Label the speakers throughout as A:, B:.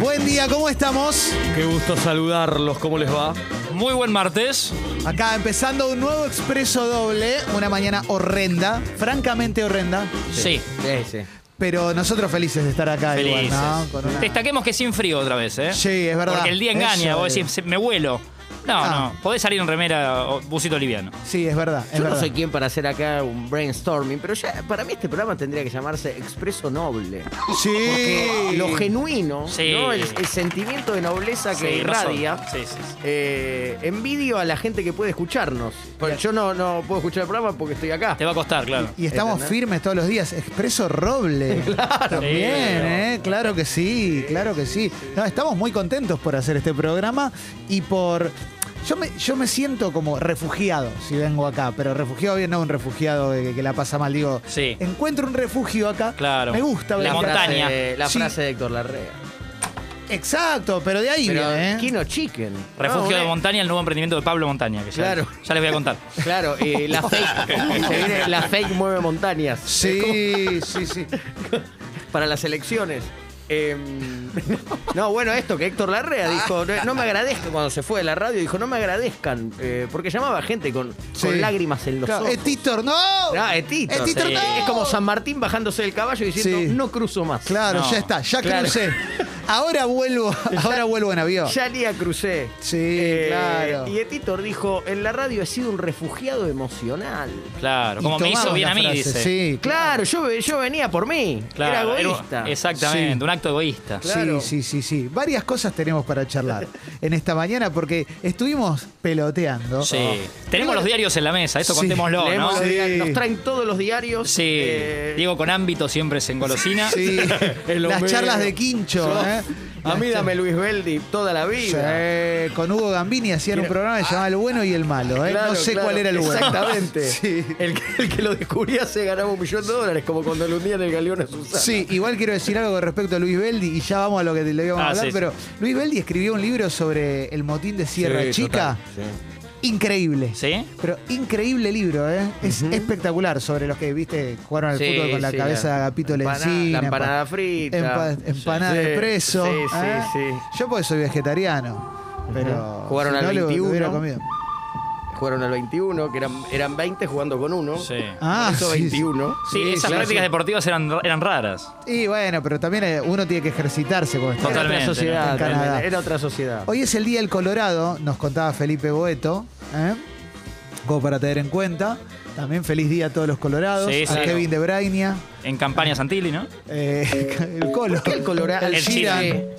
A: Buen día, ¿cómo estamos?
B: Qué gusto saludarlos, ¿cómo les va?
C: Muy buen martes.
A: Acá empezando un nuevo expreso doble, una mañana horrenda, francamente horrenda,
C: Sí.
B: Sí, sí.
A: pero nosotros felices de estar acá
C: Felices.
A: igual, ¿no? Con una-
C: Destaquemos que sin frío otra vez, ¿eh?
A: Sí, es verdad.
C: Porque el día engaña,
A: Eso
C: vos
A: es.
C: decís, "Se- me vuelo. No,
A: Ah.
C: no, podés salir en remera o busito liviano.
A: Sí, es verdad. es
D: Yo no
A: verdad.
D: soy quien para hacer acá un brainstorming, pero ya para mí este programa tendría que llamarse Expreso Noble.
A: Sí.
D: Porque lo genuino,
C: Sí.
D: ¿no? el, el sentimiento de nobleza que
C: Sí, nosotros.
D: irradia.
C: Sí, sí, sí.
D: eh, envidio a la gente que puede escucharnos. Porque yo no, no puedo escuchar el programa porque estoy acá.
C: Te va a costar, claro.
A: Y estamos
D: ¿Entendés?
A: firmes todos los días. Expreso Roble. También,
C: Sí.
A: ¿eh? Claro que sí, claro que sí. No, estamos muy contentos por hacer este programa y por. Yo me, yo me siento como refugiado si vengo acá, pero refugiado bien, no un refugiado de que, que la pasa mal. Digo,
C: Sí.
A: encuentro un refugio acá.
C: Claro.
A: Me gusta
C: La
A: venir acá.
C: montaña.
D: frase- la
A: Sí.
D: frase de Héctor Larrea.
A: Exacto, pero de ahí
D: Pero
A: viene, ¿eh?
D: Kino Chicken.
C: Refugio
D: No,
C: de
D: una-
C: Montaña, el nuevo emprendimiento de Pablo Montaña. Que ya,
D: Claro.
C: Ya les voy a contar.
D: Claro, y la fake. se viene la fake mueve montañas.
A: Sí, sí, sí.
D: para las elecciones. Eh, no, bueno, esto que Héctor Larrea dijo, no, no me agradezcan cuando se fue de la radio, dijo, no me agradezcan, eh, porque llamaba a gente con,
A: Sí.
D: con lágrimas en los
A: Claro,
D: ojos.
A: "Eh, Titor, no.
D: Ah, es Tito.
A: Eh, Titor,
C: sí.
A: no.
D: Es como San Martín bajándose del caballo y diciendo,
A: Sí.
D: no cruzo más.
A: Claro,
C: No,
A: ya está, ya
D: claro.
A: crucé. Ahora vuelvo, ahora vuelvo en avión.
D: Ya día crucé. Eh,
A: Sí, claro.
D: Y Titor dijo, en la radio he sido un refugiado emocional.
C: Claro.
A: Y
C: Como me
A: tomaba
C: hizo bien
A: la
C: a mí,
A: frase,
C: dice.
A: Sí,
D: Claro, yo, yo venía por mí.
C: Claro.
D: era
C: un-
D: egoísta.
C: exactamente,
A: Sí.
C: un acto egoísta.
D: Claro.
A: Sí, sí, sí, sí. Varias cosas tenemos para charlar en esta mañana porque estuvimos peloteando.
C: Sí. Tenemos los diarios en la mesa, eso
A: Sí.
C: contémoslo,
D: Leemos
C: ¿no?
D: los
A: Sí.
D: diarios, Nos traen todos los diarios.
C: Sí.
D: eh,
C: Diego con ámbito siempre se engolosina.
A: Sí.
D: El
A: Las
D: Homero.
A: charlas de Quincho.
D: Yo-
A: ¿eh?
D: A mí dame Luis Beldi toda la vida.
A: Sí, Con Hugo Gambini hacían un programa que se llamaba El bueno y el malo. ¿eh?
D: Claro,
A: no sé
D: claro,
A: cuál era el bueno.
D: Exactamente.
A: Sí.
D: el, que, el que lo descubría se ganaba un millón de dólares, como cuando lo hundían el galeón a Susana.
A: Sí, igual quiero decir algo con respecto a Luis Beldi y ya vamos a lo que te- le íbamos a
C: Ah,
A: hablar,
C: sí, sí.
A: pero Luis Beldi escribió un libro sobre el motín de Sierra
D: Sí,
A: Chica. Increíble.
C: ¿Sí?
A: Pero increíble libro, ¿eh? Es espectacular sobre los que, viste, jugaron al
D: Sí,
A: fútbol con la
D: sí,
A: cabeza de Agapito
D: empanada-
A: Lencina.
D: la empanada frita.
A: empa- empanada
D: Sí,
A: de preso.
D: sí, sí,
A: ¿eh?
D: sí.
A: Yo porque soy vegetariano. Pero.
D: Ujú. Jugaron al
A: no, lo- lo
D: 21.
A: hubiera comido.
D: Jugaron al 21, que eran, eran 20 jugando con uno.
C: Sí.
A: Ah,
D: Eso
A: sí,
D: 21.
C: Sí, esas
D: claro,
C: prácticas
D: sí.
C: deportivas eran, eran raras.
A: sí. Y bueno, pero también eh, uno tiene que ejercitarse cuando está.
D: Era otra
C: Totalmente,
D: sociedad.
A: ¿no? En Canadá.
D: también, Era otra sociedad.
A: Hoy es el Día del Colorado, nos contaba Felipe Boeto. ¿eh? Como para tener en cuenta. También feliz día a todos los colorados.
C: Sí,
A: a
C: sí.
A: Kevin de Brainia.
C: En campaña Santilli, ¿no?
A: Eh, el colo.
D: qué el colorado?
A: El
C: El
A: Sheeran.
D: Sheeran.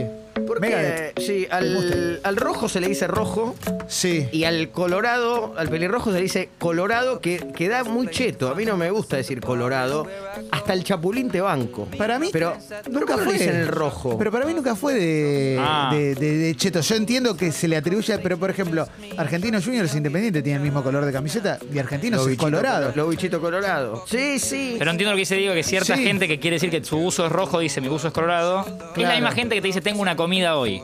A: Sí.
D: Porque
A: Megadeth.
D: sí, al, al rojo se le dice rojo
A: Sí.
D: y al colorado, al pelirrojo se le dice colorado, que, que da muy cheto. A mí no me gusta decir colorado. Hasta el chapulín te banco.
A: Para mí
D: pero
A: nunca
D: ¿por qué
A: fue
D: le dicen el rojo.
A: Pero para mí nunca fue de,
C: Ah.
A: de- de- de cheto. Yo entiendo que se le atribuye, pero por ejemplo, Argentinos Juniors e Independiente tienen el mismo color de camiseta y Argentinos es
D: bichito
A: colorado.
D: colo- Los bichitos colorados. Sí, sí.
C: Pero entiendo lo que dice Diego, que cierta
A: Sí.
C: gente que quiere decir que su uso es rojo dice mi uso es colorado. Es la
A: Claro.
C: misma gente que te dice tengo una comida hoy.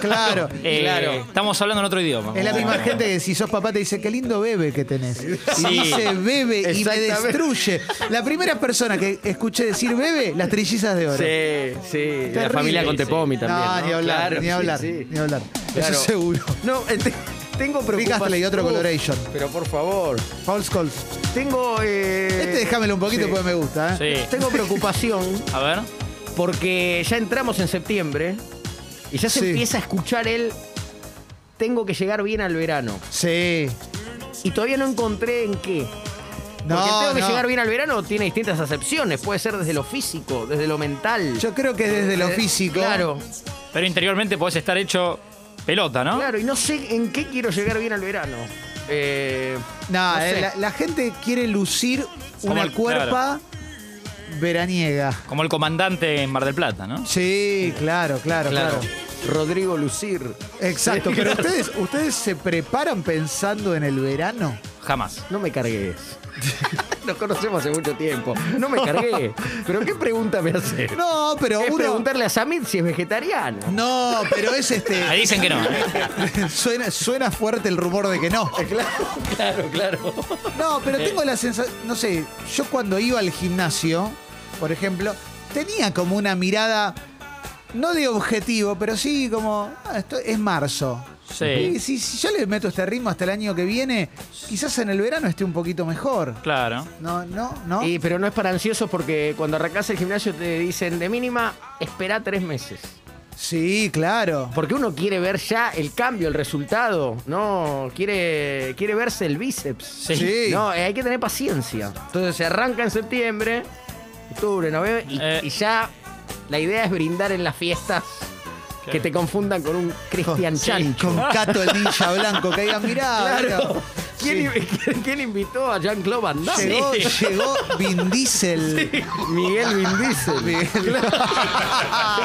A: Claro.
C: Eh, Estamos hablando en otro idioma.
A: Es la misma
C: Como-
A: gente que si sos papá te dice, qué lindo bebé que tenés. Y
C: Sí.
A: dice bebé y me
D: Exactamente.
A: destruye. La primera persona que escuché decir bebé, las trillizas de oro.
D: Sí, sí.
A: Terrible.
D: Contepomi
A: no, ni hablar,
D: Claro,
A: ni
D: sí,
A: hablar,
D: sí.
A: ni hablar.
D: Claro.
A: Eso seguro.
D: No, ent- tengo preocupación.
A: Astley, otro
D: Uf,
A: coloration.
D: Pero por favor.
A: Paul Scholes.
D: Tengo. eh,
A: Este déjamelo un poquito
D: sí.
A: porque me gusta, ¿eh?
C: Sí.
D: Tengo preocupación
C: A ver.
D: porque ya entramos en septiembre y ya se
A: Sí.
D: empieza a escuchar el. Tengo que llegar bien al verano.
A: Sí.
D: Y todavía no encontré en qué. Porque
A: No,
D: el tengo que
A: no.
D: llegar bien al verano tiene distintas acepciones. Puede ser desde lo físico, desde lo mental. Eh,
A: Yo creo que desde lo físico.
D: Claro,
C: Pero interiormente podés estar hecho pelota, ¿no?
D: claro. Y no sé en qué quiero llegar bien al verano. Eh,
A: No,
D: No
A: eh,
D: sé.
A: la, la gente quiere lucir
C: Como
A: una
C: el-
A: cuerpa veraniega.
C: Como el comandante en Mar del Plata, ¿no?
A: Sí, claro, claro, claro.
D: claro. Rodrigo Lucir.
A: Exacto, pero ustedes, ustedes se preparan pensando en el verano.
C: Jamás.
D: No me cargues. Nos conocemos hace mucho tiempo. No me cargué. Pero qué pregunta me haces.
A: No, pero
D: es
A: uno.
D: preguntarle a Samit si es vegetariano.
A: No, pero es
C: Me
A: este.
C: dicen que no.
A: suena, suena fuerte el rumor de que no.
D: Claro, claro, claro. Eh.
A: No, pero tengo la sensación, no sé, yo cuando iba al gimnasio, por ejemplo, tenía como una mirada no de objetivo, pero sí como, ah, esto es marzo.
C: Sí.
A: Y si, si yo le meto este ritmo hasta el año que viene, quizás en el verano esté un poquito mejor.
C: Claro.
A: No, no, no.
D: Y, pero no es para ansiosos porque cuando arrancas el gimnasio te dicen de mínima, espera tres meses.
A: Sí, claro.
D: Porque uno quiere ver ya el cambio, el resultado. No, quiere, quiere verse el bíceps.
A: Sí.
D: No, eh, hay que tener paciencia. Entonces se arranca en septiembre, octubre, noviembre, y,
C: Eh.
D: y ya la idea es brindar en las fiestas que te confundan con un Cristian
A: Sí,
D: Chancho. Ah,
A: Con Cato el ninja blanco, que digan, mirá,
D: Claro.
A: mira.
D: ¿Quién, quién invitó a Jean-Claude Van Damme?
A: Llegó, llegó Vin Diesel.
D: Miguel Vin Diesel.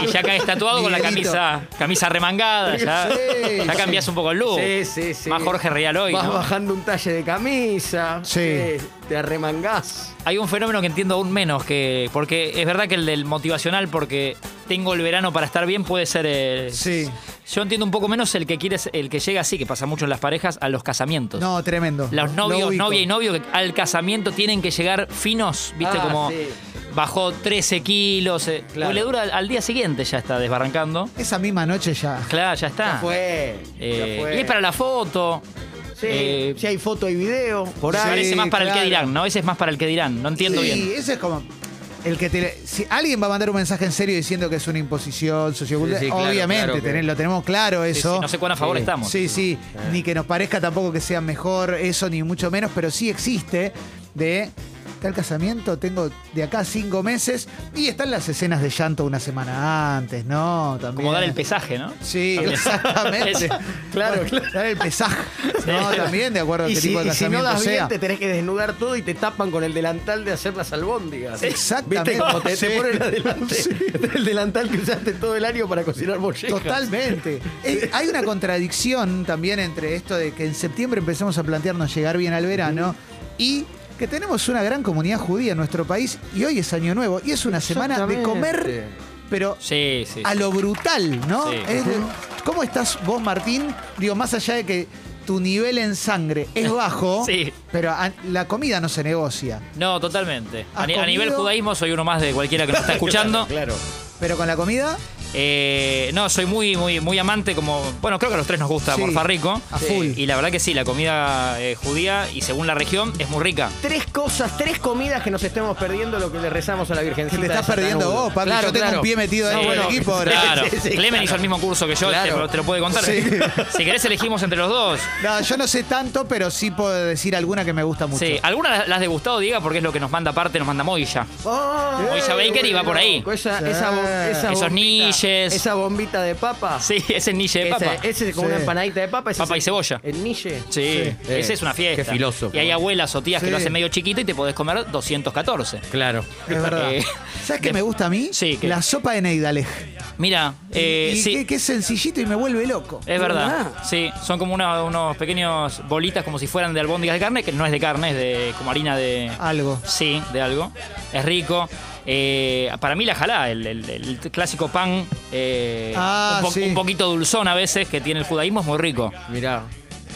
C: Y ya caes tatuado con la
A: Miguelito.
C: camisa, camisa remangada, ya,
A: Sí,
C: ya cambias un poco el look.
D: Sí, sí, sí.
C: Más Jorge Real hoy.
D: Vas
C: ¿no?
D: bajando un talle de camisa.
A: Sí.
D: eh, Te arremangás.
C: Hay un fenómeno que entiendo aún menos que. Porque es verdad que el del motivacional, porque tengo el verano para estar bien, puede ser. eh,
A: Sí.
C: Yo entiendo un poco menos el que quieres, el que llega así, que pasa mucho en las parejas, a los casamientos.
A: No, tremendo.
C: Los
A: Lo
C: novios,
A: ubico.
C: novia y novio, que al casamiento tienen que llegar finos, viste,
D: Ah,
C: como
D: sí.
C: bajó 13 kilos. eh,
D: Claro.
C: o le dura al- al día siguiente, ya está desbarrancando.
A: Esa misma noche ya.
C: Claro, ya está.
D: Ya fue. ya
C: Ah. Eh,
D: fue.
C: Y es para la foto.
D: Sí,
C: Eh,
D: si hay foto y video. Por
A: Sí,
D: ahí.
C: parece más para el
A: claro.
C: que dirán, ¿no? Ese es más para el que dirán, no entiendo
A: sí,
C: bien.
A: ese es como. El que te- si alguien va a mandar un mensaje en serio diciendo que es una imposición sociocultural,
D: Sí, sí, claro,
A: obviamente,
D: claro que-
A: tenés- lo tenemos claro
C: Sí, sí,
A: eso. eh,
C: no sé cuán a favor
D: Sí.
C: estamos.
A: Sí, sí, ni que nos parezca tampoco que sea mejor eso, ni mucho menos, pero sí existe de tal casamiento, tengo de acá a cinco meses y están las escenas de llanto una semana antes, ¿no? También.
C: Como dar el pesaje, ¿no?
A: Sí,
C: También.
A: exactamente.
C: Eso.
D: Claro,
A: Bueno, Dar el pesaje. No, también, de acuerdo a
D: Y
A: qué
D: si,
A: tipo de
D: y si no
A: casamiento
D: das
A: sea.
D: bien, te tenés que desnudar todo y te tapan con el delantal de hacer las albóndigas.
A: Exactamente.
D: ¿Viste cómo te, te
A: Sí.
D: ponen adelante el delantal que usaste todo el año para cocinar mollejas?
A: Totalmente. Eh, hay una contradicción también entre esto de que en septiembre empecemos a plantearnos llegar bien al verano y que tenemos una gran comunidad judía en nuestro país y hoy es Año Nuevo y es una semana de comer, pero
C: Sí, sí.
A: a lo brutal, ¿no?
C: Sí.
A: Es de- ¿Cómo estás vos, Martín? Digo, más allá de que tu nivel en sangre es bajo,
C: Sí.
A: pero a- la comida no se negocia.
C: No, totalmente. A,
A: ¿Has
C: ni- a nivel
A: comido?
C: judaísmo soy uno más de cualquiera que nos está escuchando.
D: Claro.
A: Pero con la comida,
C: Eh, no, soy muy, muy, muy amante, como. Bueno, creo que a los tres nos gusta
A: Sí.
C: morfar rico.
A: A full.
C: Y la verdad que sí, la comida eh, judía y según la región es muy rica.
D: Tres cosas, tres comidas que nos estemos perdiendo lo que le rezamos a la Virgencita.
A: que te
D: de
A: estás perdiendo
D: Satanudo.
A: vos, papi.
D: Claro,
A: Yo tengo
D: claro.
A: un pie metido dentro
C: Sí,
A: del
C: bueno,
A: equipo ahora.
C: Eh, Claro.
D: Sí, sí,
C: Clemen hizo el mismo curso que yo,
D: Claro.
C: te, lo- te lo puede contar.
A: Sí.
C: Si querés elegimos entre los dos.
A: No, yo no sé tanto, pero sí puedo decir alguna que me gusta mucho.
C: Sí, alguna las- las de Gustavo Diga porque es lo que nos manda aparte, nos manda Moya.
D: Oh,
C: Moisha
D: eh,
C: Baker iba por ahí.
D: loco, Esa,
A: Sí.
D: esa bo- esa
C: Esos
D: bombita-
C: niches.
D: Esa bombita de papa.
C: Sí, ese es Niche de
D: Esa-
C: Papa.
D: Ese es como
A: Sí.
D: una empanadita de papa. ese
C: Papa
D: es
C: y
D: el-
C: cebolla.
D: El niche.
C: Sí,
A: Sí.
C: esa es una fiesta.
D: Qué filósofo.
C: Y hay abuelas o tías
A: Sí.
C: que lo hacen medio chiquito y te podés comer 214.
D: Claro.
A: Es verdad.
C: Eh,
A: ¿Sabes qué
C: de-
A: me gusta a mí?
C: Sí, ¿qué?
A: La sopa de Neidalej.
C: Mira, eh,
A: y
C: sí.
A: que, que es sencillito y me vuelve loco.
C: Es verdad. Sí, son como una- unos pequeños bolitas como si fueran de albóndigas de carne, que no es de carne, es de como harina de.
A: Algo.
C: Sí, de algo. Es rico. Eh, para mí la jalá, el, el- el clásico pan eh,
A: Ah,
C: un, po-
A: sí.
C: un poquito dulzón a veces que tiene el judaísmo es muy rico.
D: Mirá.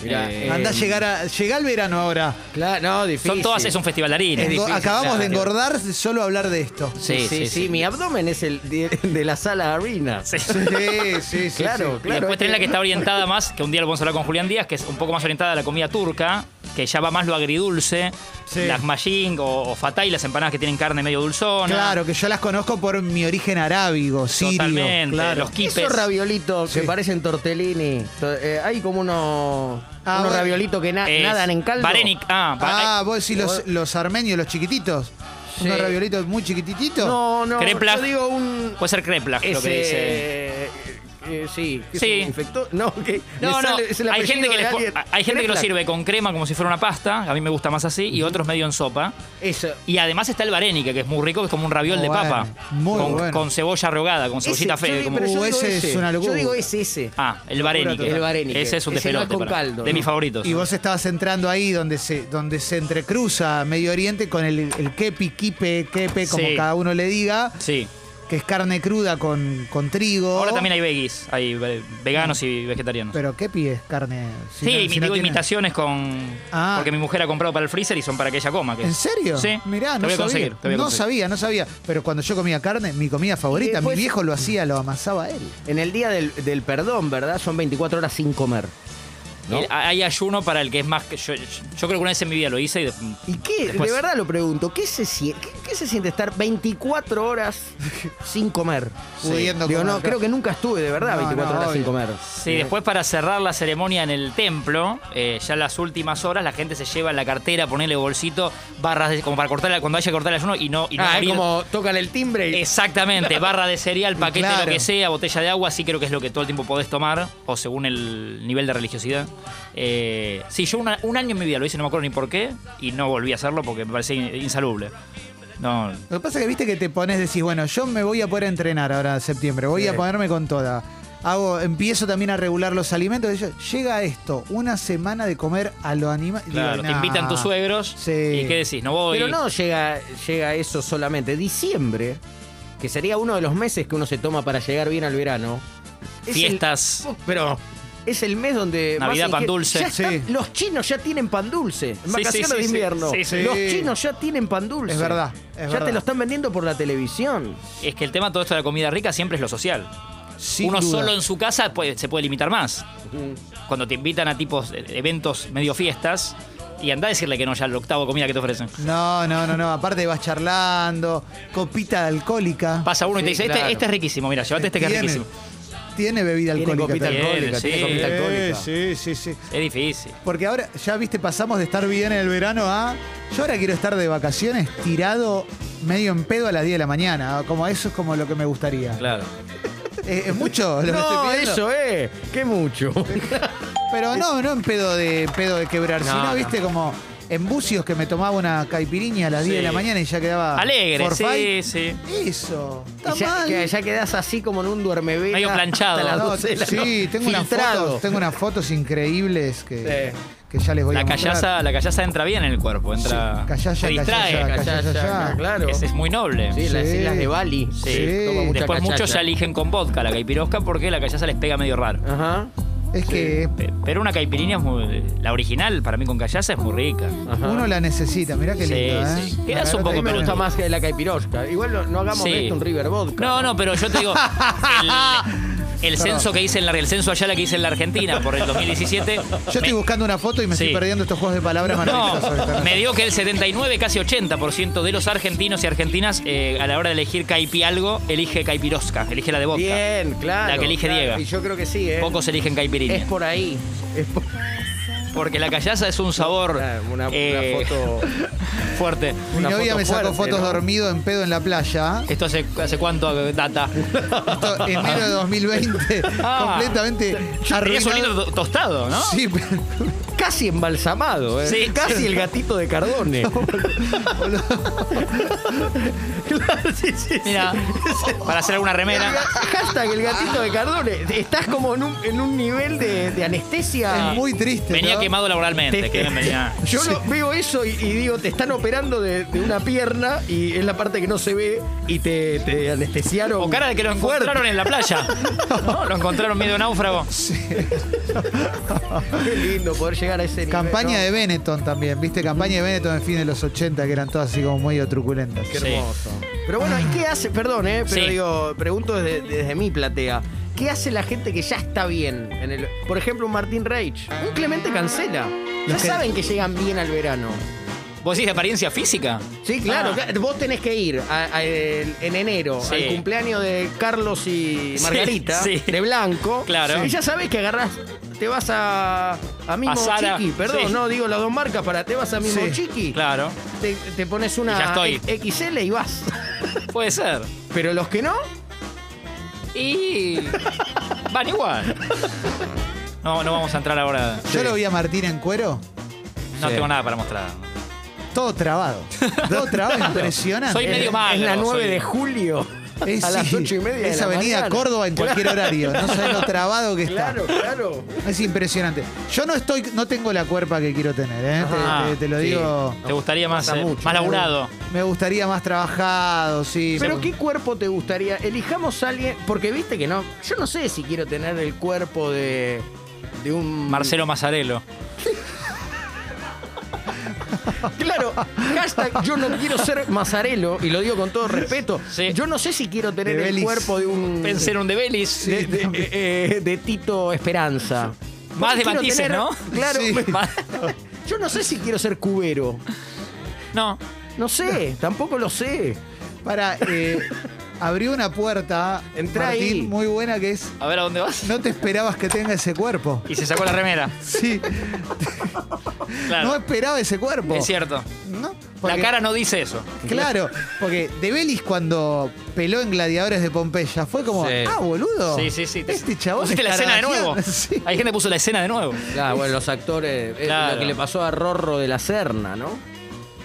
D: Mirá.
C: Eh,
A: Andá a llegar a, llega el verano ahora.
D: Claro, no, difícil.
C: Son todas, es un festival de harina.
A: Engo-
D: difícil,
A: Acabamos
D: claro.
A: de engordar de solo hablar de esto.
D: Sí, sí, sí. Mi abdomen es el de, de la sala arena.
C: Sí.
A: Sí, sí, sí.
D: Claro,
C: Y
D: claro.
C: después tenés la
D: este-
C: que está orientada más, que un día lo vamos a hablar con Julián Díaz, que es un poco más orientada a la comida turca, que ya va más lo agridulce,
A: Sí.
C: las maying o, o fatay, las empanadas que tienen carne medio dulzona.
A: Claro, que yo las conozco por mi origen arábigo, sirio.
C: Totalmente,
A: claro.
C: los quipes.
D: Esos raviolitos que
A: Sí.
D: parecen tortellini. To- eh, hay como unos,
A: Ah,
D: unos
A: bueno.
D: raviolitos que na-
C: Es
D: nadan en caldo.
C: Varenic, ah, va-
A: Ah, vos decís los, los armenios, los chiquititos.
D: Sí.
A: Unos raviolitos muy chiquititos.
D: No, no.
C: Kreplach.
D: Yo digo un.
C: puede ser crepla, lo que dice.
D: Ese. eh, sí. que
C: Sí.
D: se infectó. No, que
C: No,
D: me
C: no,
D: sale- es el
C: hay
D: apellido
C: gente, que,
D: de
C: les po-
D: alguien.
C: hay gente que lo
D: Kreplach.
C: sirve con crema como si fuera una pasta, a mí me gusta más así, y otros medio en sopa.
D: Eso.
C: Y además está el varenique, que es muy rico, que es como un raviol
A: Muy
C: de
A: bueno,
C: papa.
A: muy
C: con,
A: bueno.
C: con cebolla rogada, con cebollita
D: Ese, yo
C: fea.
D: digo-
C: como-
D: pero yo
A: Uh,
D: digo
A: ese es una locura.
D: Yo digo ese, ese.
C: Ah, el varenique.
D: El varenique.
C: Ese es un
D: Ese no es
C: despelote.
D: con
C: para-
D: caldo,
C: de
D: ¿no?
C: mis favoritos.
A: Y vos estabas entrando ahí donde se, donde se entrecruza Medio Oriente con el, el kepi, kipe, kepe, como
C: Sí.
A: cada uno le diga.
C: Sí.
A: que es carne cruda con, con trigo.
C: Ahora también hay veggies, hay ve- veganos y vegetarianos.
A: Pero ¿qué pies carne? Si
C: sí,
A: no-
C: mi-
A: si no
C: digo
A: tiene-
C: imitaciones con.
A: Ah.
C: Porque mi mujer ha comprado para el freezer y son para que ella coma. que-
A: ¿En serio?
C: Sí.
A: Mirá,
C: Te
A: no
C: voy
A: sabía.
C: a conseguir, te voy a
A: no
C: conseguir.
A: sabía, no sabía. Pero cuando yo comía carne, mi comida favorita,
D: después-
A: mi viejo lo hacía, lo amasaba él.
D: En el día del, del perdón, ¿verdad? Son 24 horas sin comer. ¿no?
C: Eh, Hay ayuno para el que es más. que Yo, yo- yo creo que una vez en mi vida lo hice y. de-
D: ¿Y qué?
C: Después-
D: de verdad lo pregunto, ¿qué se, sie- qué- qué se siente estar 24 horas sin comer?
A: Pudiendo
D: Digo,
A: comer,
D: no,
A: claro.
D: creo que nunca estuve de verdad
A: No,
D: 24
A: no,
D: horas sin
A: obvio.
D: comer.
C: Sí, después para cerrar la ceremonia en el templo, eh, ya en las últimas horas la gente se lleva en la cartera, ponerle bolsito, barras de, como para cortar la- cuando haya que cortar el ayuno y no, y no
D: Ah, es
C: abrir-
D: como tocan el timbre y...
C: Exactamente, barra de cereal, paquete,
A: Claro.
C: lo que sea, botella de agua, sí creo que es lo que todo el tiempo podés tomar, o según el nivel de religiosidad. Eh, sí, yo una- un año en mi vida lo hice, no me acuerdo ni por qué, y no volví a hacerlo porque me parecía in- insalubre. No,
A: Lo que pasa es que viste que te pones, decís, bueno, yo me voy a poder entrenar ahora en septiembre, voy
D: Sí.
A: a ponerme con toda. Hago, empiezo también a regular los alimentos. y yo- llega esto, una semana de comer a lo animal.
C: claro, te invitan tus suegros
A: Sí.
C: y qué decís, no voy.
D: Pero no llega, llega eso solamente. Diciembre, que sería uno de los meses que uno se toma para llegar bien al verano. es el-
C: Fiestas.
D: pero es el mes donde. más
C: Navidad,
D: inge-
C: pan dulce.
D: Ya está-
A: Sí.
D: Los chinos ya tienen pan dulce. En
C: sí,
D: vacaciones
C: sí,
D: de
C: sí.
D: invierno.
C: Sí, sí.
D: Los chinos ya tienen pan dulce.
A: Es verdad, es
D: ya te
A: verdad.
D: lo están vendiendo por la televisión.
C: Es que el tema todo esto de la comida rica siempre es lo social.
A: Sin
C: Uno
A: duda.
C: solo en su casa puede- se puede limitar más. Cuando te invitan a tipos eh, eventos medio fiestas y anda a decirle que no ya al octavo comida que te ofrecen.
A: No, no, no, no. Aparte vas charlando, copita alcohólica.
C: Pasa uno y
D: Sí,
C: te dice, este,
D: claro.
C: este es riquísimo, mira, llevate este que es
A: Tiene-
C: riquísimo.
A: Tiene bebida
D: Tiene
A: alcohólica.
D: copita
A: también.
C: Bien,
D: alcohólica.
C: sí.
D: Tiene copita
C: Eh,
D: alcohólica.
A: Sí, sí, sí.
C: Es difícil.
A: Porque ahora, ya viste, pasamos de estar bien en el verano a. Yo ahora quiero estar de vacaciones tirado medio en pedo a las 10 de la mañana. Como eso es como lo que me gustaría. Eh,
C: Claro.
A: Es, es mucho lo que estoy
D: No,
A: pidiendo.
D: eso, eh. Qué mucho.
A: Pero no, no en pedo de pedo de quebrar,
D: No,
A: sino,
D: no.
A: viste, como en bucios que me tomaba una caipirinha a las 10
C: Sí.
A: de la mañana y ya quedaba.
C: Alegre,
A: for
C: sí,
A: fight.
C: sí.
A: Eso. Está
D: Y ya,
A: mal.
D: que- ya quedás así como en un duermevela.
C: Medio planchado.
D: hasta las
A: No,
D: 12 de la
A: sí,
D: noche.
A: tengo unas,
D: Filtrado.
A: fotos, tengo unas fotos increíbles que, que ya les voy a
C: La
A: mostrar.
C: callaza, la callaza entra bien en el cuerpo, entra.
A: Callaya,
C: te distrae.
A: callaya,
D: Callaya,
A: callaya,
D: ya, claro.
C: Es, es muy noble.
D: Sí, las
A: Sí.
D: islas de Bali.
C: Sí.
D: Toma mucha
C: Después
D: cachacha.
C: muchos ya eligen con vodka la caipirosca porque la callaza les pega medio raro.
D: Ajá.
A: Es que
C: Pe- Pero una caipirinha es muy. La original para mí con callaza es muy rica.
D: Ajá.
A: uno la necesita, mirá qué
C: Sí,
A: lindo, ¿eh?
C: sí. Quedás un
A: Ahora
C: poco
A: te-
D: A mí me gusta
C: pelotudo.
D: más que la caipirosca. Igual no, no hagamos
C: Sí.
D: de esto un River Vodka.
C: No, no, pero yo te digo. El, el censo que hice en la, el censo allá la que hice en la Argentina por el 2017.
A: Yo estoy
C: me-
A: buscando una foto y me
C: Sí.
A: estoy perdiendo estos juegos de palabras maravillosos. que
C: No,
A: están-
C: me dio que el 79, casi 80% de los argentinos y argentinas eh, a la hora de elegir caipi algo, elige caipirosca, elige la de vodka.
D: Bien, claro.
C: La que elige
D: claro.
C: Diego.
D: Y yo creo que sí, ¿eh?
C: Pocos eligen caipirinha.
D: es por ahí. Es por-
C: Porque la callaza es un sabor
D: Ah, una, una
C: eh,
D: foto.
C: fuerte.
A: Mi
D: una
A: novia
D: foto
A: me sacó
D: fuerte,
A: fotos
D: ¿no?
A: dormido en pedo en la playa.
C: Esto hace, hace cuánto eh, data.
A: Esto, enero de 2020,
C: Ah.
A: completamente
C: Tenías un
A: arruinado.
C: lindo to- tostado, ¿no?
A: Sí, pero-
D: Casi embalsamado, ¿eh?
C: Sí.
D: Casi el gatito de Cardone. claro, sí, sí.
C: Mira, para hacer alguna remera.
D: Hashtag el gatito de Cardone. Estás como en un, en un nivel de, de anestesia.
A: es muy triste.
C: Ah. Venía
A: ¿no?
C: quemado laboralmente.
D: Te-
C: que venía-
D: Yo lo- veo eso y, y digo, te están operando de, de una pierna y es la parte que no se ve y te, te anestesiaron.
C: O cara de que lo
D: fuerte.
C: encontraron en la playa. ¿no? Lo encontraron medio náufrago.
D: Qué lindo poder llegar a ese nivel.
A: Campaña
D: ¿no?
A: de Benetton también, ¿viste? Campaña de Benetton en fin de los 80, que eran todas así como medio truculentas.
D: Qué
C: Sí.
D: hermoso. Pero bueno, ¿y qué hace? Perdón, ¿eh? Pero
C: Sí.
D: digo, pregunto desde, desde mi platea. ¿Qué hace la gente que ya está bien? En el, por ejemplo, un Martín Reich. Un Clemente Cancela. Ya
A: Los que-
D: saben que llegan bien al verano.
C: ¿Vos decís de apariencia física?
D: Sí, claro.
C: Ah.
D: claro. Vos tenés que ir a- a el- en enero
C: Sí.
D: al cumpleaños de Carlos y
C: Sí,
D: Margarita,
C: sí.
D: de blanco.
C: Claro.
D: Y ya sabés que agarrás, te vas a, a Mimo
C: A Zara.
D: Chiqui. Perdón,
C: Sí.
D: no digo las dos marcas, para te vas a Mimo
A: Sí.
D: Chiqui.
C: Claro.
D: Te, te pones
C: Y ya
D: una
C: estoy.
D: XL y vas.
C: Puede ser.
D: Pero los que no,
C: Y. Van igual. No, no vamos a entrar ahora.
A: Yo lo vi a Martín en cuero,
C: No
D: Sí.
C: tengo nada para mostrar.
A: todo trabado. Todo trabado, impresionante.
C: Soy medio magro.
D: es la 9
C: soy-
D: de julio.
A: Es,
D: a las
A: sí,
D: ocho y media. de
A: Es
D: la
A: Avenida
D: mañana.
A: Córdoba en cualquier horario. No sabes lo trabado que está.
D: Claro, claro.
A: Es impresionante. Yo no estoy, no tengo la cuerpa que quiero tener, ¿eh? Te-
C: Ajá,
A: te, te lo
D: Ah, sí.
A: digo.
C: ¿Te gustaría más,
D: Pasa
C: eh,
D: mucho,
C: más
D: ¿no?
C: laburado?
A: Me gustaría más trabajado, sí.
D: Pero
A: Me-
D: ¿qué cuerpo te gustaría? Elijamos a alguien, porque viste que no, yo no sé si quiero tener el cuerpo de, de un...
C: Marcelo Mazzarello.
D: Claro, hashtag yo no quiero ser Mazarelo, y lo digo con todo respeto,
C: Sí.
D: yo no sé si quiero tener
A: De
D: el
A: Belis.
D: cuerpo de un...
C: Pensé en un de Belis.
D: de, de- eh, de Tito Esperanza.
C: Más
D: Porque
C: de
D: quiero
C: matices, ¿no?
D: Claro.
A: Sí.
C: Más-
D: Yo no sé si quiero ser cubero.
C: No,
D: No sé, tampoco lo sé.
A: Para, eh, abrió una puerta,
D: Entrá
A: Martín,
D: ahí.
A: muy buena que es.
C: a ver a dónde vas.
A: No te esperabas que tenga ese cuerpo.
C: Y se sacó la remera.
A: Sí. No
C: Claro.
A: esperaba ese cuerpo.
C: es cierto.
A: ¿No?
C: La
A: Porque-
C: cara no dice eso.
A: Claro, porque De Belis cuando peló en Gladiadores de Pompeya fue como,
D: Sí.
A: ah, boludo.
C: Sí, sí, sí.
A: Este chabón.
C: Pusiste la
A: está
C: escena de
A: radiando".
C: nuevo.
A: Sí.
C: Hay gente que puso la escena de nuevo.
D: Claro, bueno, los actores. eh,
C: Claro.
D: Lo que le pasó a Rorro de la Serna, ¿no?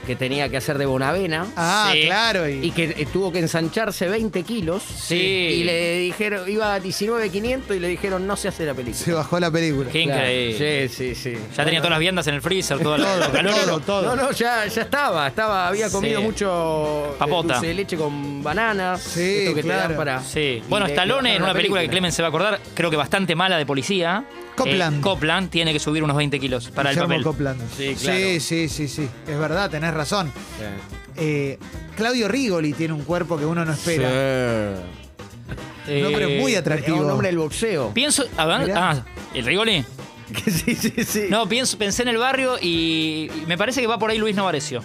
D: Que tenía que hacer de Bonavena.
A: Ah,
C: Sí.
A: claro.
D: Y
A: Y,
D: que eh, tuvo que ensancharse 20 kilos.
C: Sí.
D: Y le dijeron, iba a 19.500 y le dijeron, no se hace la película.
A: se bajó la película.
C: Qué
D: Claro.
C: increíble.
D: Sí, sí, sí.
C: Ya tenía todas las viandas en el freezer, todo el
A: Todo,
C: calor.
A: todo, todo.
D: No, no, ya, ya estaba, estaba, había
C: Sí.
D: comido mucho eh,
C: Papota.
D: dulce de leche con banana.
A: Sí,
D: esto que te
A: claro.
D: dan para.
C: Sí.
D: Y
C: Bueno,
D: le-
C: Stallone
D: le
C: en una
D: bajaron la
C: película que Clemens se va a acordar, creo que bastante mala de policía.
A: Copland.
C: Eh, Copland tiene que subir unos 20 kilos para el
A: Guillermo
C: papel.
A: Copland.
C: Sí, claro.
A: sí, sí, sí, sí. Es verdad, tenés razón. Eh, Claudio Rigoli tiene un cuerpo que uno no espera.
C: Eh,
A: No, pero es muy
D: Era
A: atractivo.
D: un hombre del boxeo.
C: Pienso. a ver,
A: Mirá.
C: ah, ¿el Rigoli?
D: sí, sí, sí.
C: No, pienso, pensé en el barrio y y me parece que va por ahí Luis Novarecio.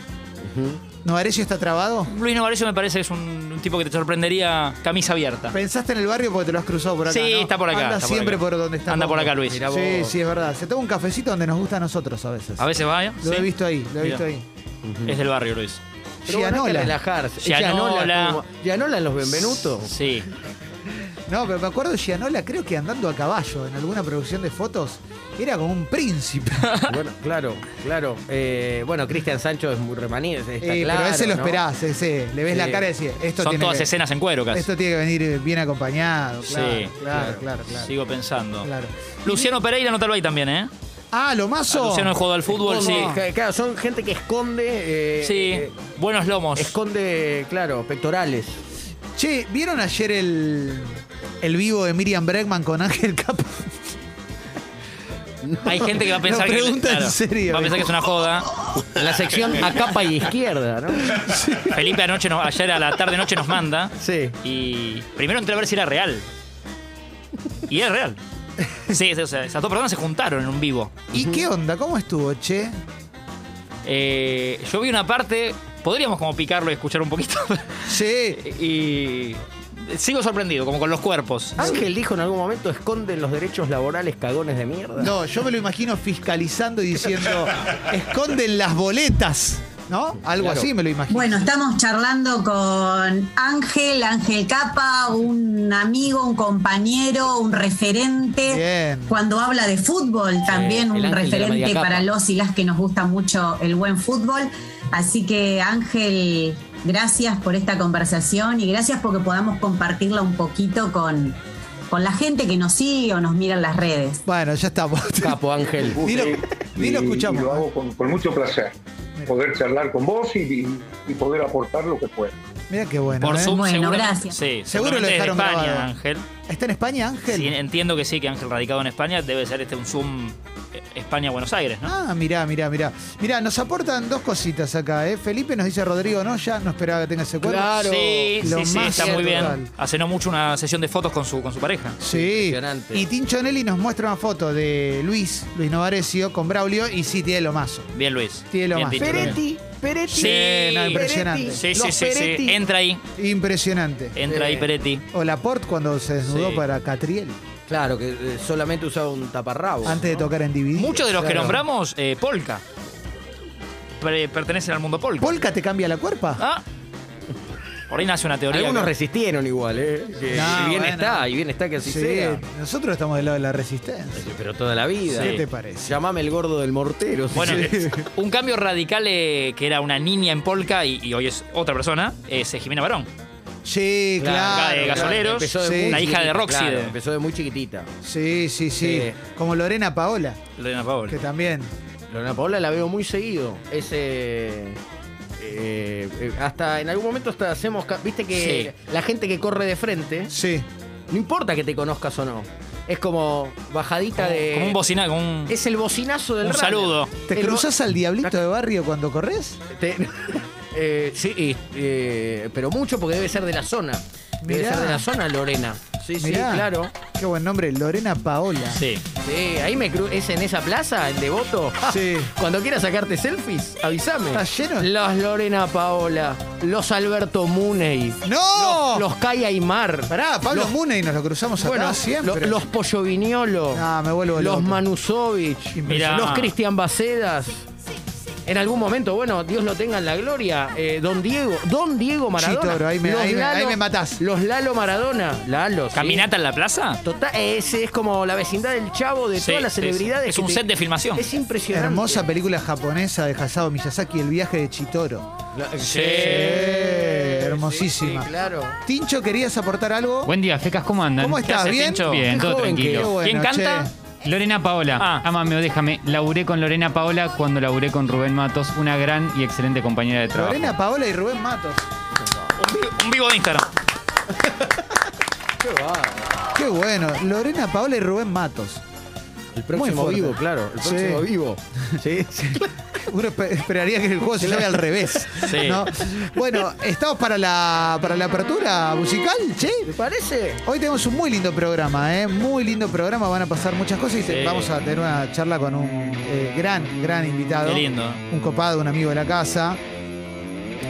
A: ¿Novarecio está trabado?
C: Luis Novarecio me parece que es un, un tipo que te sorprendería camisa abierta.
A: Pensaste en el barrio porque te lo has cruzado por acá.
C: Sí,
A: ¿no?
C: está por acá,
A: Anda
C: está por
A: siempre
C: acá.
A: por, donde está.
C: Anda por
A: Coco.
C: acá, Luis.
D: Mirá vos.
A: Sí, sí, es verdad. Se toma un cafecito donde nos gusta a nosotros a veces.
C: A veces va, ¿eh?
A: Lo he
C: Sí.
A: visto ahí, lo he
C: Mirá.
A: visto ahí.
C: Es del barrio, Luis.
D: Pero bueno, hay que
A: Gianola.
D: relajarse.
C: Gianola.
D: como- Gianola en los Benvenuto.
C: Sí.
A: No, pero me acuerdo de Gianola, creo que andando a caballo en alguna producción de fotos, era como un príncipe.
D: bueno, claro, claro. Eh, bueno, Cristian Sancho es muy remaní, está
A: Eh,
D: claro,
A: pero ese lo
D: ¿no?
A: esperás, ese. Le ves
D: Sí.
A: la cara y decís, esto
C: Son
A: tiene
C: todas
A: que,
C: escenas en cuero casi.
A: Esto tiene que venir eh, bien acompañado.
C: Sí,
A: Claro, claro, claro, claro.
C: Sigo pensando.
A: Claro.
C: Luciano Pereira no te lo hay también, ¿eh?
A: Ah, lo
C: A
A: mazo.
C: Luciano jugó al fútbol, sí.
A: ¿Cómo?
D: Ca- Claro, son gente que esconde. eh,
C: Sí.
D: eh,
C: Buenos lomos.
D: esconde, claro, pectorales.
A: Che, ¿vieron ayer el, el vivo de Miriam Bregman con Ángel Capo?
C: Hay gente que va a pensar
A: No,
C: que.
A: pregunta en serio.
C: Va a pensar que es una joda.
D: En la sección a capa y izquierda, ¿no?
C: Felipe anoche nos- ayer a la tarde noche nos manda.
D: Sí.
C: Y primero entré a ver si era real. Y era real. Sí, sí, o sea, esas dos personas se juntaron en un vivo.
A: ¿Y qué onda? ¿Cómo estuvo, che?
C: Eh, yo vi una parte, podríamos como picarlo y escuchar un poquito.
A: Sí.
C: y sigo sorprendido, como con los cuerpos.
E: Ah,
D: Ángel dijo en algún momento: esconden los derechos laborales cagones de mierda.
A: No, yo me lo imagino fiscalizando y diciendo, esconden las boletas, ¿no? Algo
D: Claro.
A: así me lo imagino.
E: Bueno, estamos charlando con Ángel, Ángel Capa, un amigo, un compañero, un referente.
A: Bien.
E: Cuando habla de fútbol,
D: el
E: también un
D: Ángel de la
E: referente
D: media
E: para
D: capa.
E: los y las que nos gusta mucho el buen fútbol. Así que Ángel, gracias por esta conversación y gracias porque podamos compartirla un poquito con, con la gente que nos sigue o nos mira en las redes.
A: Bueno, ya estamos.
D: Capo Ángel.
A: Ni lo-
F: Eh,
A: ni lo
F: y-
A: escuchamos.
F: y lo hago con, con mucho placer. Poder charlar con vos y, y- y poder aportar lo que pueda.
A: Mira qué bueno.
C: Por
A: ¿eh?
C: Zoom,
E: Bueno,
C: seguro-
E: gracias.
C: Sí,
A: Seguro lo
C: seguramente desde
A: dejaron
C: España,
A: grabado.
C: Ángel.
A: ¿Está en España, Ángel?
C: Sí, entiendo que sí, que Ángel radicado en España debe ser este un Zoom eh, España-Buenos Aires, ¿no?
A: Ah, mirá, mirá, mirá. Mirá, nos aportan dos cositas acá, ¿eh? Felipe nos dice Rodrigo no, ya no esperaba que tenga ese cuerpo.
D: Claro.
C: sí,
A: lo
C: sí, sí,
A: más
C: está muy bien.
A: total.
C: Hace no mucho una sesión de fotos con su, con su pareja.
A: Sí.
D: Impresionante.
A: Y Tincho Nelly nos muestra una foto de Luis, Luis Novarecio, con Braulio, y sí, tiene lo mazo.
C: Bien, Luis.
A: Tiene lo
C: Bien
A: más.
C: dicho, bien.
D: Peretti, Peretti.
C: Sí.
A: no, impresionante.
D: Peretti,
C: Sí, sí,
D: los
C: sí, sí.
D: Peretti.
C: Entra ahí,
A: Impresionante.
C: entra ahí
D: Sí.
C: Peretti.
A: O Laporte cuando se desnudó
C: Sí.
A: para Catriel,
D: Claro, que eh, solamente usaba un taparrabo.
A: antes de tocar en DVD.
C: Muchos de los que
A: Claro.
C: nombramos, eh, Polka. Pre- pertenecen al mundo Polka.
A: ¿Polka te cambia la cuerpa?
C: Ah. Por ahí nace una teoría.
D: Algunos
C: que-
D: resistieron igual, ¿eh? Que-
A: No,
D: y bien
A: bueno.
D: está, y bien está que así sea.
A: nosotros estamos del lado de la resistencia.
D: Pero toda la vida.
A: ¿Qué te parece?
D: Llamame el gordo del mortero. si
C: Bueno,
D: querés.
C: un cambio radical eh, que era una niña en polka y, y hoy es otra persona, es eh, Jimena Barón.
A: Sí,
C: Claro,
A: claro.
C: de eh, gasoleros,
D: empezó de
A: sí.
D: muy
A: la
C: hija de
D: chiquitita,
C: Roxy.
D: claro, empezó de muy chiquitita.
A: Sí, sí, sí,
D: Sí.
A: Como Lorena Paola,
C: Lorena Paola.
A: que también.
D: Lorena Paola la veo muy seguido. Es, eh, eh, eh, hasta en algún momento hasta hacemos. ca- Viste que la gente que corre de frente,
A: Sí.
D: no importa que te conozcas o no. Es como bajadita
C: Como,
D: de.
C: como un bocina, como un,
D: Es el bocinazo del
C: un
D: runner.
C: saludo.
A: ¿Te
D: El bo-
A: cruzas al diablito de barrio cuando corres?
D: Te- eh, sí, y, eh, pero mucho porque debe ser de la zona. Debe
A: Mirá.
D: ser de la zona, Lorena. Sí,
A: Mirá.
D: sí, claro.
A: Qué buen nombre, Lorena Paola.
C: Sí.
D: Sí, ahí me cru- es en esa plaza, en Devoto.
A: Sí.
D: Cuando quieras sacarte selfies, avísame.
A: ¿Está lleno?
D: Los Lorena Paola, los Alberto Muney,
A: ¡No!
D: los, los Kai Aymar.
A: Oh. Pará, Pablo
D: los-
A: Mune y nos lo cruzamos acá
D: bueno,
A: siempre.
D: lo- los Pollo Viñolo,
A: Ah, me vuelvo
D: los
A: loco.
D: Manusovich,
C: Mirá.
D: los Cristian Bacedas. En algún momento, bueno, Dios lo tenga en la gloria, eh, Don Diego, Don Diego Maradona.
A: Toro, ahí me-
D: los
A: ahí me- ahí me matás.
D: Los Lalo Maradona, Lalo. sí.
C: ¿Caminata en la plaza?
D: Total, ese es como la vecindad del chavo de
C: Sí,
D: todas las
C: sí, sí.
D: celebridades.
C: Es
D: que
C: un set de filmación.
D: Es impresionante.
A: Hermosa película japonesa de Hasao Miyazaki, El viaje de Chitoro.
D: La-
C: Sí.
A: hermosísima.
D: sí, sí, claro.
A: Tincho, ¿querías aportar algo?
G: Buen día, fecas, ¿cómo andan?
A: ¿Cómo
C: ¿Qué
A: estás?
C: hace,
A: ¿Bien?
C: Tincho?
G: Bien,
D: Qué
G: todo
D: joven que
A: Qué
G: tranquilo.
A: bueno,
C: ¿Quién canta?
A: che.
G: Lorena Paola,
C: Ah.
G: ámame o déjame. Laburé con Lorena Paola cuando laburé con Rubén Matos, una gran y excelente compañera de trabajo.
A: Lorena Paola y Rubén Matos.
C: Un vivo, un vivo de Instagram.
A: Qué bueno. Lorena Paola y Rubén Matos. Muy
D: El próximo
A: fuerte.
D: vivo, claro. El
A: Sí.
D: próximo vivo. Sí, sí.
A: Uno espe- esperaría que el juego se llame al revés.
C: Sí.
A: ¿no? Bueno, ¿estamos para la, para la apertura musical? Che.
D: ¿Te parece?
A: Hoy tenemos un muy lindo programa, ¿eh? Muy lindo programa, van a pasar muchas cosas y te-
C: Sí.
A: vamos a tener una charla con un eh, gran, gran invitado.
C: Qué lindo.
A: Un copado, un amigo de la casa.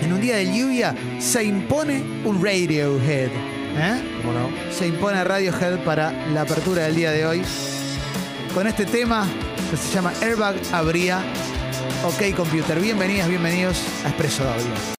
A: En un día de lluvia se impone un Radiohead. ¿eh? Se impone Radiohead para la apertura del día de hoy. Con este tema que se llama Airbag Abría. Ok, computer. Bienvenidas, bienvenidos a Expreso Audio.